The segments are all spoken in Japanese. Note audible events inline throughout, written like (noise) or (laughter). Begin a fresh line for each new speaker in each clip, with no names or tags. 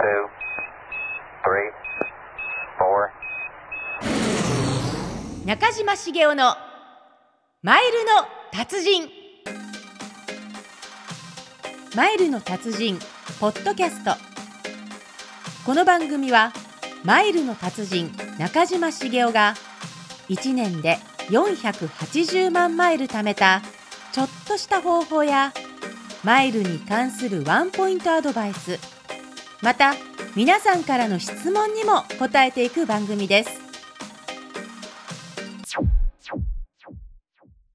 two, three, four.
中島茂雄のマイルの達人マイルの達人ポッドキャストこの番組はマイルの達人中島茂雄が1年で480万マイル貯めたちょっとした方法やマイルに関するワンポイントアドバイスまた皆さんからの質問にも答えていく番組です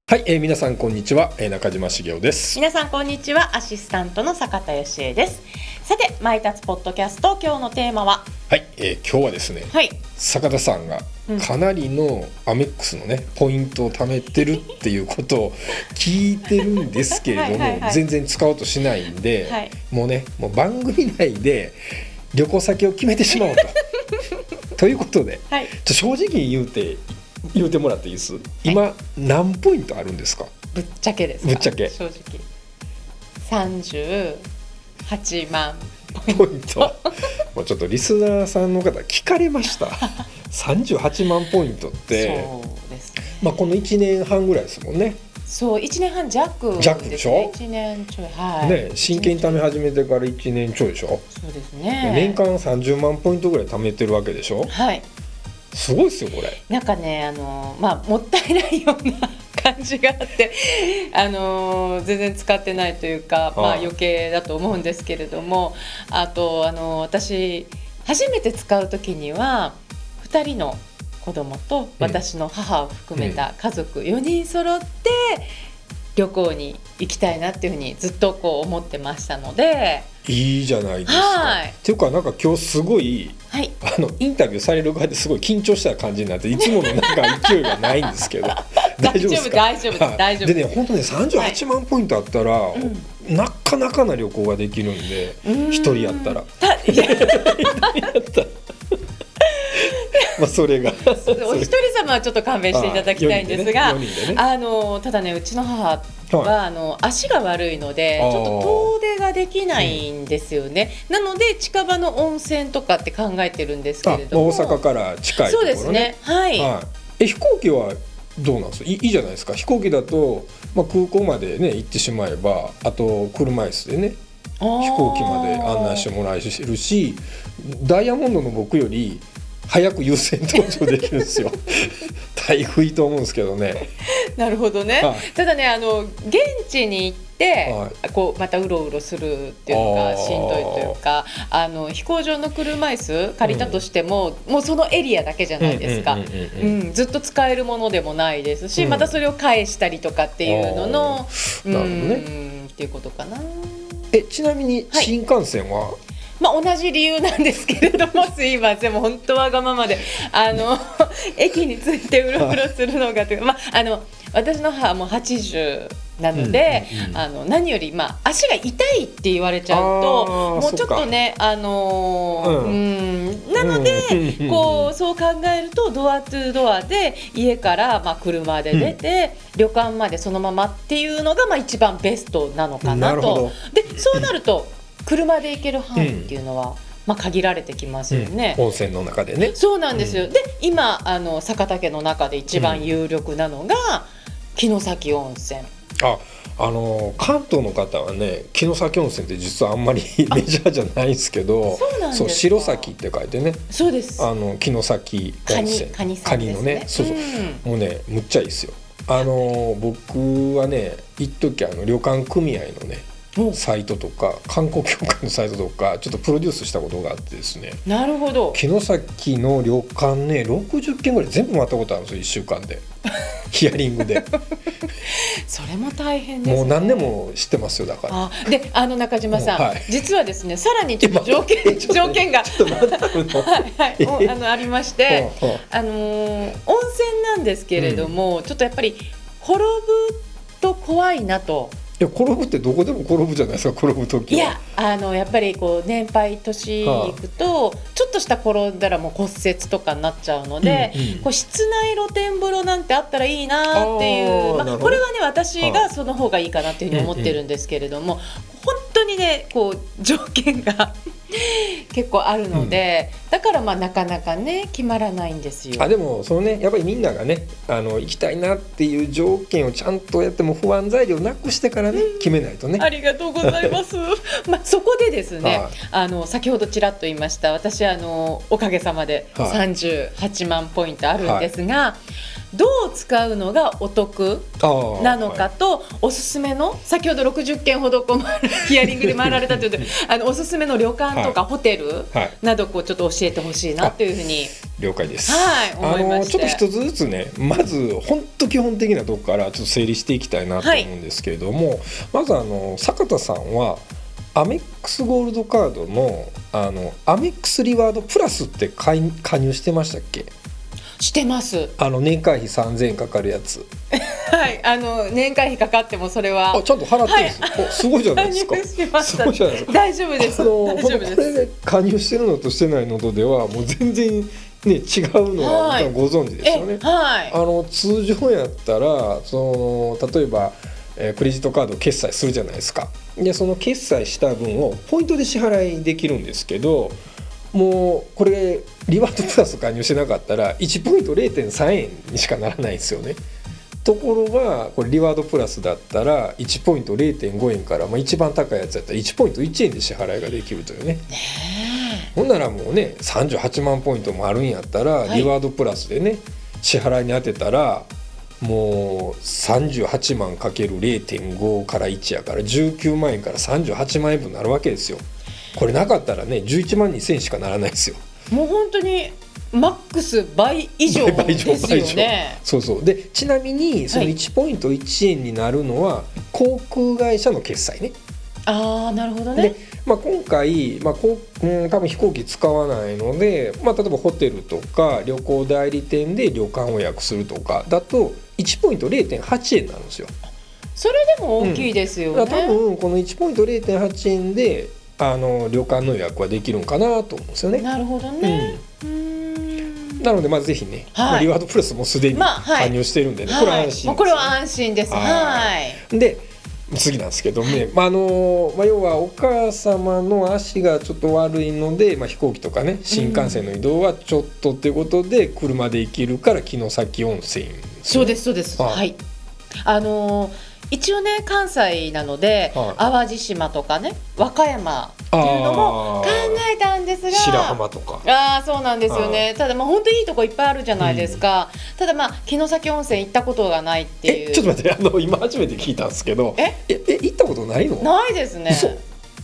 はい、えー、皆さんこんにちは、えー、中島茂雄です。
皆さんこんにちはアシスタントの坂田芳恵ですさて「マイタツポッドキャスト」今日のテーマは
はい、えー、今日はですね、
はい
坂田さんが
うん
かなりのアメックスのねポイントを貯めてるっていうことを聞いてるんですけれども、
はいはいはい
全然使おうとしないんで、
はい
もうねもう番組内で旅行先を決めてしまおう
(laughs)
と。ということで、
はい
ちょ正直言うて言うてもらっていいです。今、何ポイントあるんですか。
ぶっちゃけですか
ぶっちゃけ
正直38万ポイン
ポ
ト
イントもうちょっとリスナーさんの方聞かれました38万ポイントって、
そうですね
まあ、この1年半ぐらいですもんね,、
そう1年半弱です、ね、
弱でしょ
1年ちょいはい
ね真剣に貯め始めてから1年ちょいでしょ、
そうですね
年間30万ポイントぐらい貯めてるわけでしょ
はい
すごいですよこれ
なんかねあのまあもったいないような感じがあって (laughs) あの全然使ってないというか、ま
ああ
あ、余計だと思うんですけれどもあとあの私初めて使う時には2人の子供と私の母を含めた家族4人揃って旅行に行きたいなっていうふうにずっとこう思ってましたので
いいじゃないですか。
はい
っていうかなんか今日すごい
はい
あのインタビューされる側ですごい緊張した感じになっていつものなんか勢いがないんですけど大丈夫ですか
(laughs) 大丈夫です
はい
大丈夫で
で
す
ね本当ね38万ポイントあったら、
う
なかなかな旅行ができるんで
一
一人やったら
(laughs)
まあそれがそれ
お一人様はちょっと勘弁していただきたいんですが
あ。四人でね四人でね
あのただねうちの母は、
は
あの足が悪いのでち
あー
ょっと遠出ができないんですよね、なので近場の温泉とかって考えてるんですけ
あ
れども
大阪から近いと
そ
こ
う
ろ、ね、
ですねはい、
はい、え飛行機はどうなんですかいいいじゃないですか飛行機だと、まあ、空港までね行ってしまえばあと車椅子でね
あー
飛行機まで案内してもらえるしダイヤモンドの僕より早く優先登場できるんです (laughs) よ大不意と思うんですけどね
(laughs) なるほどね、
は
ただねあの現地に行って、
は
こうまたうろうろするっていうの
あー
がしんどいというかあの飛行場の車椅子借りたとしても、もうそのエリアだけじゃないですか、
うんうんうんうんうん
うん、ずっと使えるものでもないですし、
うん
またそれを返したりとかっていうのの、うん、
なるほどね
っていうことかな。
えちなみに
はい
新幹線は、
まあ、同じ理由なんですけれども、すいません、もう本当わがままで、あの (laughs) 駅についてうろうろするのがというか、まあ、あの私の母はもう80なので、
うんうんうん
あの何より、まあ、足が痛いって言われちゃうと
あー、
もうちょっとね、あのー
う
うんなので、
うん
こうそう考えるとドアトゥドアで家からまあ車で出て、旅館までそのままっていうのがまあ一番ベストなのか
な
な
る
と
ほ
でそうなると車で行ける範囲っていうのはまあ限られてきますよね。
温泉の中でね
そうなんですよ、
うん
で今あの坂田家の中で一番有力なのが、城崎温泉
ああのー関東の方はね城崎温泉って実はあんまり (laughs) メジャーじゃないんですけど
そうなんですか
城崎って書いてね
そうです
あの城崎
カ
温
ニ
泉
カニさんです
の
ね
ねそうそう、
ん
もうねむっちゃいいですよあのー僕はね一時あの旅館組合のね
お
サイトとか観光協会のサイトとかちょっとプロデュースしたことがあってですね
なるほど
城崎の旅館ね60軒ぐらい全部回ったことあるんですよ1週間
(laughs)
でヒアリングで
それも大変です、ね、
もう何でも知ってますよだから
あであの中島さん、
もうはい
実はですねさらにちょっと条件
ちょっと
条件
(laughs)
が
ちょっと待ってあるの
はいはいおあのありまして、
うんうん
あのー温泉なんですけれども、ちょっとやっぱり転ぶと怖いなと
いや転ぶってどこでも転ぶじゃないですか転ぶ時
い
は
やあのやっぱりこう年配年いくと、ちょっとした転んだらもう骨折とかになっちゃうので、
うんうん
こう室内露天風呂なんてあったらいいなって
あ
い
ー
う
なる
まあ、
ほど
これはね私
は
がその方がいいかなっていうふうに思ってるんですけれども、本当にねこう条件が結 (laughs) 結構あるので、だからまあなかなかね決まらないんですよ
あ。でもそのねやっぱりみんながねあの行きたいなっていう条件をちゃんとやっても不安材料なくしてからね決めないとね。
ありがとうございます。 (laughs) まあそこでですね、
はい
あの先ほどちらっと言いました。私あのおかげさまで
はい
38万ポイントあるんですが、どう使うのがお得
ああ
なのか
はい
と、おすすめの先ほど60件ほどこう回るヒアリングで回られたとい
(laughs)
うことで、あのおすすめの旅館とかホテル
はい
などこうちょっと教えてほしいなというふうに、
了解です。
はい思い
あ
ま
の
し
ち
て
ょっと一つずつねまず本当基本的なとこからちょっと整理していきたいなと
はい
思うんですけれども、まずあの坂田さんはアメックスゴールドカードのあのアメックスリワードプラスって加入加入してましたっけ
してます。
あの年会費3000円かかるやつ
はい、あの年会費かかってもそれは
あちゃんと払ってるんですよ、おすごいじゃない
加
で (laughs)
入
すか
しまし
すごいじゃないです
た。大丈夫です。
あのほん
大丈
と
夫です
こ。れで加入してるのとしてないのとではもう全然ね違うのは
はい
ご存知ですよね、
えはい
あの通常やったらその例えば、えークレジットカードを決済するじゃないですかでその決済した分をポイントで支払いできるんですけどもうこれリワードプラス加入してなかったら1ポイント0.3円にしかならないんですよねところがこれリワードプラスだったら1ポイント0.5円から、まあ、一番高いやつやったら1ポイント1円で支払いができるというねほんならもうね38万ポイントもあるんやったら、
はい
リワードプラスでね支払いに当てたらもう38万かける0.5から1やから19万円から38万円分になるわけですよこれなかったらね11万2000円しかならないですよ
もう本当にマックス倍以上
倍
で
以上
すよね。
そうそうでちなみにその
はい
1ポイント1円になるのは航空会社の決済ね
ああなるほど
で
ね。、
まあ、今回、まあこううん、多分飛行機使わないので、まあ、例えばホテルとか旅行代理店で旅館を予約するとかだと1ポイント0.8円なんですよ。
それでも大きいですよ
だから多
ね。
分この1ポイント0.8円であの旅館の予約はできるんかなと思うんですよね。
なるほどね。うーん
なのでまあぜひね、
はい
まあリワードプラスもすでに
まあは
加
い
入してるんでね、これは安心です
も
よ
う
ね
これは安心です。
はい
はい。
で次なんですけどね、まああのまあ、要はお母様の足がちょっと悪いので、まあ、飛行機とかね新幹線の移動はちょっとっていうことで車で行けるから城崎温泉
そうですそうです。
はい
はい。あのー一応ね関西なので、
はい
淡路島とかね和歌山っていうのも考えたんですが
白浜とか
ああそうなんですよね、ただまあ本当いいとこいっぱいあるじゃないですか、ただまあ城崎温泉行ったことがないっていう
えちょっと待ってあの今初めて聞いたんですけど
え
ええ行ったことないの
ないですね
嘘
(laughs)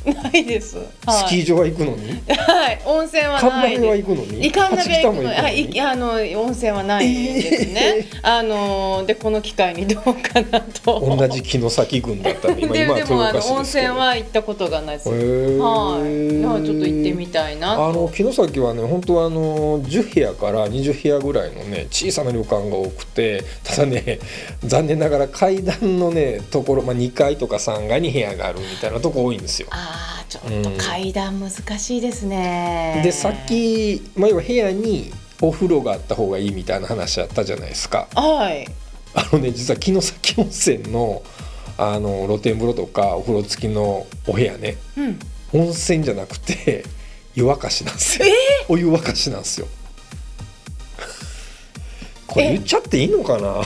ないです、はい、
スキー場は行くのに
はい温泉は
神
ない
奈川は
です
行くのに
いかんなべ
八
行
北
く
も
の
行くのに、
はいいあの温泉はないですね、 (laughs) あのーでこの機会にどうかなと
同じ城崎郡だったんで今
で
今は
でも
豊
あの
岡市
温
ですけ
泉
ど
は行ったことがないですはい
へー
だからちょっと行ってみたいな
あ
と
の城崎はね本当はあの10部屋から20部屋ぐらいのね小さな旅館が多くてただね (laughs) 残念ながら階段のねところ、まあ、2階とか3階に部屋があるみたいなとこ多いんですよ。
あーちょっと階段難しいですね、
でさっき、まあ、要は部屋にお風呂があった方がいいみたいな話あったじゃないですか。
はい
あのね実は城崎温泉のあの露天風呂とかお風呂付きのお部屋ね
うん
温泉じゃなくて湯沸かしなんですよ、お湯沸かしなんですよこれ
え
言っちゃっていいのかな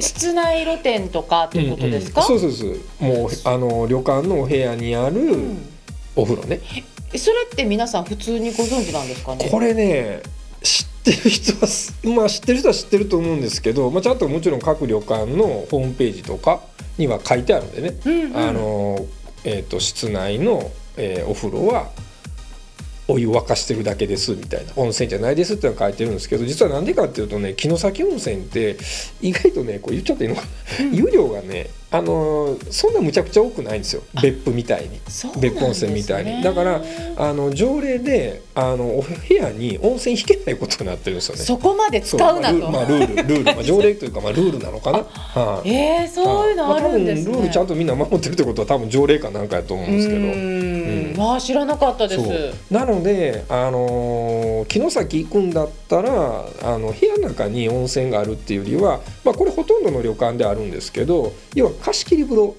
室内露店とかってことですか、
うんうんそうそうそうもうあの旅館のお部屋にある
うん
お風呂ね、
えそれって皆さん普通にご存知なんですかね
これね知ってる人はすまあ知ってる人は知ってると思うんですけど、まあ、ちゃんともちろん各旅館のホームページとかには書いてあるんでね
うんうん
あの、えー、と室内の、えーお風呂はお湯沸かしてるだけですみたいな温泉じゃないですってのが書いてるんですけど実はなんでかっていうとね城崎温泉って意外とねこう言っちゃっていいのかな、
うん
湯量がねあのーそんなむちゃくちゃ多くないんですよ別府みたいに
そうなんですね
別府温泉みたいにだからあの条例であのお部屋に温泉引けないことになってるんですよね
そこまで使
そう
なと、
まあルールまあルールルール、まあ、条例というか、まあ、ルールなのかな、はい
えー、そういうのあるんですね、
まあ多分ルールちゃんとみんな守ってるってことは多分条例かなんかやと思うんですけ
う
ど。
ーん
うん
まあ知らなかったです
そうなので、あのー城崎行くんだったらあの部屋の中に温泉があるっていうよりは、まあ、これほとんどの旅館であるんですけど要は貸し切り風呂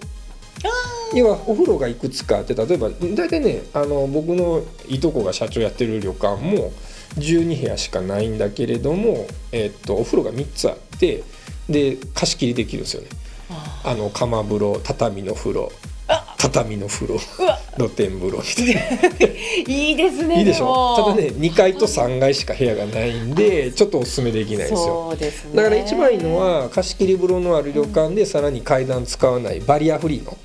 要はお風呂がいくつかあって例えば大体ねあの僕のいとこが社長やってる旅館も12部屋しかないんだけれども、えっとお風呂が3つあってで貸し切りできるんですよね。
あ
あの釜風呂畳の風呂畳の風呂
うわ
露天風呂みたいな。
いいですね
いいでしょ
も
ただね2階と3階しか部屋がないんでちょっとおすすめできないですよ
そうですね
だから一番いいのは貸し切り風呂のある旅館でさらに階段使わないバリアフリーの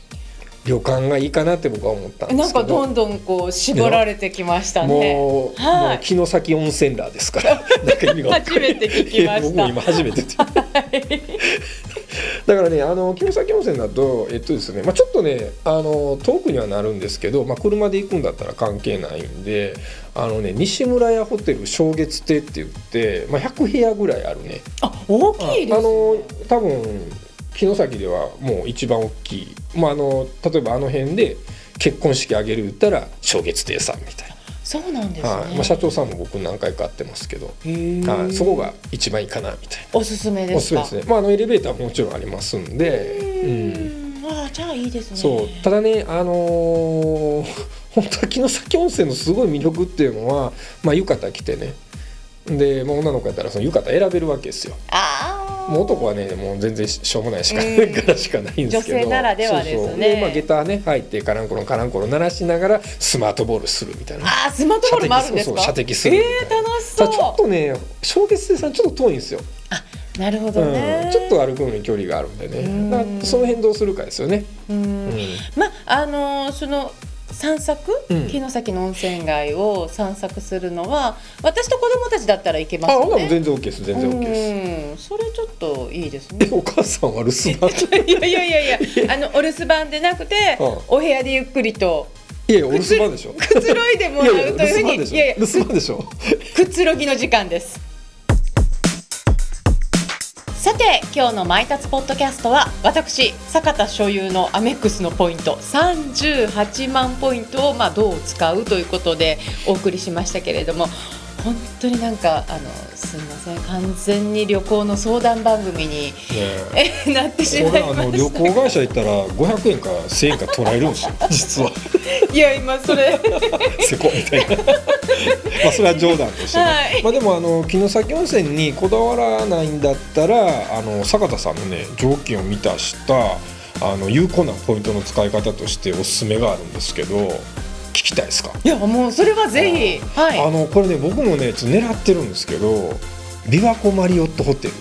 旅館がいいかなって僕は思ったんで
な
す
ん
け
か
ど
どんどんこう絞られてきましたね
もう,、も
はい
う木の先温泉ラーです
(laughs)
からなんか意味が分かんない
初めて聞きました
僕も今初めてだからねあの木の先温泉だとえっとですね、まあ、ちょっとねあの遠くにはなるんですけど、まあ、車で行くんだったら関係ないんであのね西村屋ホテル松月亭って言って、まあ、100部屋ぐらいあるね
あ大きいですね
あの多分城崎ではもう一番大きい、まあ、あの例えばあの辺で結婚式あげる言ったら松月亭さんみたいな。
そうなんですね、
はいまあ、社長さんも僕何回か会ってますけど、
へー
はい、そこが一番いいかなみたい
おすすめ
なお
ですす
すめ
か
ですね、まあ、あのエレベーターももちろんありますんで、うん、
うんああじゃあいいですね
そうただねあのー (laughs) 本当は城崎温泉のすごい魅力っていうのは、まあ、浴衣着てねで、まあ、女の子やったらその浴衣選べるわけですよ
ああ
もう男はねもう全然しょうもないしか (laughs) からしかないんですけど
女性ならではですね
そうそうまあ、下駄ね入ってカランコロンカランコロン鳴らしながらスマートボールするみたいな
あースマートフォンもあるんですか
射的そうそう射的するみたいな
えー、楽し
さあちょっ
そ
とね小月亭さんちょっと遠いんですよ、
うなるほ
う
どね、
ん、ちょっと歩くのに距離があるんで
うん
ねだからその辺どうするかですよね、
うん
うん
まああのーその散策、
うん
城崎の温泉街を散策するのは私と子供たちだったらいけま
あ
す
あな
よ
んなも
ね。
全然 OK です全然 OK です
うん、それちょっといいです
え
ね。 (laughs)
お母さんは留守番 (laughs)
いやいやいやいや、あのお留守番でなくて、
うん
お部屋でゆっくりと
いやいやお留守番でしょ
くつろいで (laughs) も
い
ら
や
う
い
と
や留守
いうふう
番
に、
でし
いやいや
ょ留守番でし
(laughs)
ょ
くつろぎの時間ですさて今日の「マイタツポッドキャストは」私坂田所有のアメックスのポイント38万ポイントをまあどう使うということでお送りしましたけれども本当になんかあのすみません完全に旅行の相談番組に
ねえ
えなってしま
これ
い
あ
ま
の
し
旅行会社行ったら500円か1000円か取られるんですよ実は
たいや今それ
せこみたいなまあそれは冗談としてね、
はい
まあでもあの城崎温泉にこだわらないんだったらあの坂田さんのね条件を満たしたあの有効なポイントの使い方としておすすめがあるんですけど聞き (laughs) たいですか、
いやもうそれはぜひはい
あのこれね僕もねちょっと狙ってるんですけど琵琶湖マリオットホテル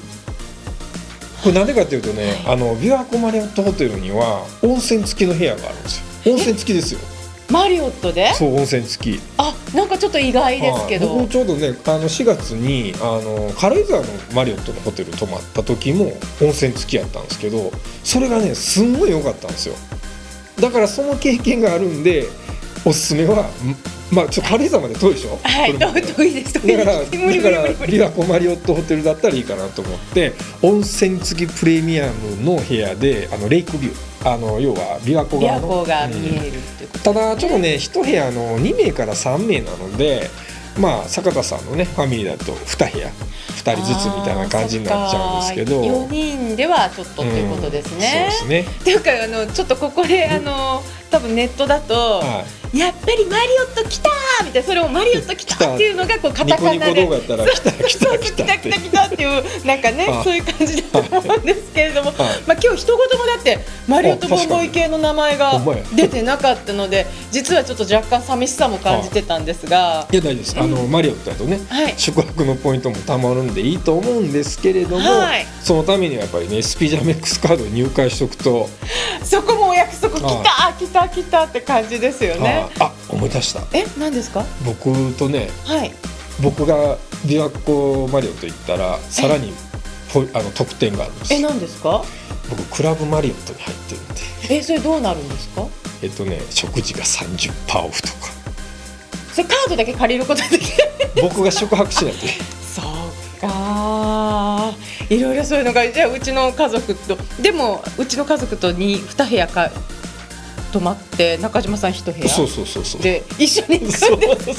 これなんでかっていうとね、あの琵琶湖マリオットホテルには温泉付きの部屋があるんですよ温泉付きですよ
マリオットで
そう温泉付き
あなんかちょっと意外ですけ
はい
ど
僕ちょうどねあの4月にあの軽井沢のマリオットのホテル泊まった時も温泉付きやったんですけどそれがねすんごい良かったんですよだからその経験があるんでおすすめはんまあちょっと軽井沢まで遠いでしょ
はい、
車
遠
で
い遠いです。遠い
だか
で
ら、
す無理無
だか
理無
ら
理無理。
琵琶湖マリオットホテルだったらいいかなと思って温泉付きプレミアムの部屋であのレイクビューあの要は琵琶湖
琵
側
琶
の
湖が見
うん
えるっていうこと。
ただちょっとね一部屋の2名から3名なのでまあ坂田さんのねファミリーだと2部屋2人ずつみたいな感じになっちゃうんですけど
4人ではちょっとっていうことですね。
うんそうですね
というかあのちょっとここであの多分ネットだと
は
やっぱりマリオット来たーみたいなそれをマリオット来
来
た
た
っていうのがこうカ
いニ
タ
コ
カ
ニコ
ナ
動画
で。
やったら来た来
そう
た
そう
来
来
た
た
って
来た来たっていうなんかね
はい
そういう感じだと思うんですけれども、
はい
まあ今日一言もだってマリオットボンボイ系の名前が
あ確かにほんま
出てなかったので実はちょっと若干寂しさも感じてたんですが、
いや大丈夫ですあのマリオットだとね
はい、
宿泊のポイントもたまるんでいいと思うんですけれども、
はい
そのためにはやっぱりね SP ジャメックスカードを入会しとくと、
そこもお約束来た、
は
来た来たって感じですよね。
ああ思い出した
え、何ですか？
僕とね
はい。
僕が琵琶湖マリオット行ったらさらにポイあの特典があるんですよ
え、何で
(laughs)
すか？
僕クラブマリオットに入ってるんで
え、それどうなるんですか？
えっとね食事が30%オフとか
それカードだけ借りることできる。
僕が宿泊し
(laughs)
ないと
そうか。いろいろそういうのがじゃあうちの家族とでもうちの家族とに二部屋か泊まって中島さん一部屋
そうそうそうそう
で一緒に行
そ
くん
う
で
そう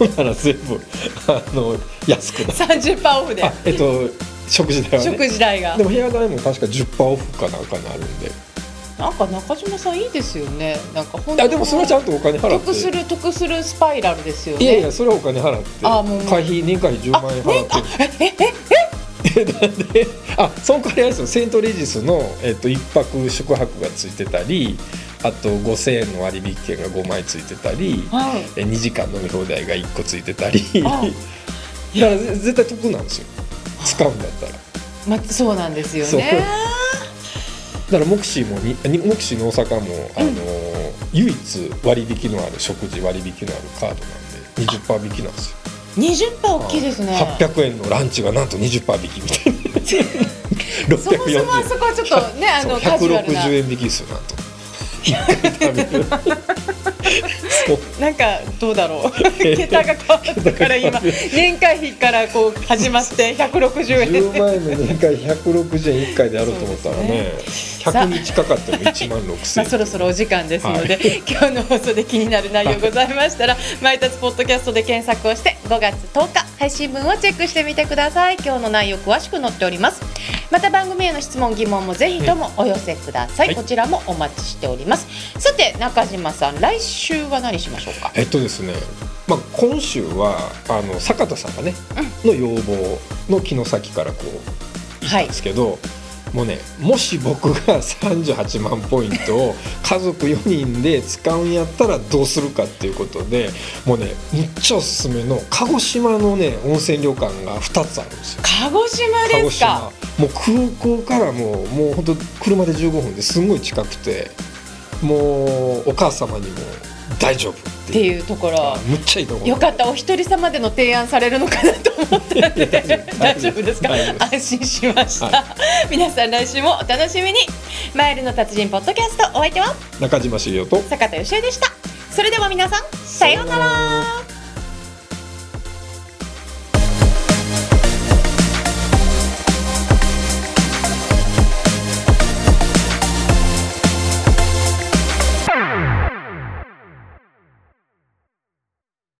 ほんなら全部あの安くなる
三十パーオフで
あえっと食事代はね
食事代が
でも部屋代も確か10%オフかなんかになるんで
なんか中島さんいいですよね。なんか本当
あでもそれはちゃんとお金払って
得する得するスパイラルですよね。
いやいやそれはお金払って
あもう
会費年会費10
あ
万円
ね
払
あ
って
えええ
るであその代わりあれですよセントレジスの、えっと1泊宿泊がついてたりあと5000円の割引券が5枚ついてたり、
はい。
え2時間飲み放題が1個ついてたりだ (laughs)
あ
からぜ絶対得なんですよ使うんだったら
まあそうなんですよ
そう
ね。
だからモクシーもににモクシーの大阪も、あの
う
唯一割引のある食事割引のあるカードなんで20%引きなんですよ
二十パー大きいですね。
800円のランチがなんと20%引きみたい
(laughs)
な640円
そもそもあそこはちょっとねあ
そう
のカジュアルな
160円引きですよなんと一回食べるそう
なんかどうだ
(laughs)
ろう桁が変わったから今年会費からこう始まって百六十円です
10万円の年会160円1回でやろうと思ったらね
うですね
100に近かっても1万6000
まあ、
円
そろそろお時間ですので、今日の放送で気になる内容ございましたら「マイタツポッドキャスト」で検索をして5月10日配信分をチェックしてみてください今日の内容詳しく載っておりますまた番組への質問疑問もぜひともお寄せください、
はい
こちらもお待ちしておりますさて中島さん来週は何しましょうか
えっとですね、まあ、今週はあの坂田さんがね、の要望の木の先からこう言ったんですけど、もうねもし僕が38万ポイントを家族4人で使うんやったらどうするかっていうことでもうねむっちゃおすすめの鹿児島のね温泉旅館が2つあるんですよ。
鹿児島
鹿
で
児
すか
島もう空港からもうもうほんと車で15分ですんごい近くてもうお母様にも大丈夫っ
ってて
いう
いうところ
むっちゃいいとこ
よかったお一人様での提案されるのかなと思ったので大丈夫ですか
大丈夫です
安心しました、
は
皆さん来週もお楽しみにマイルの達人ポッドキャストお相手は
中島茂雄と
坂田よしえでしたそれでは皆さんさようなら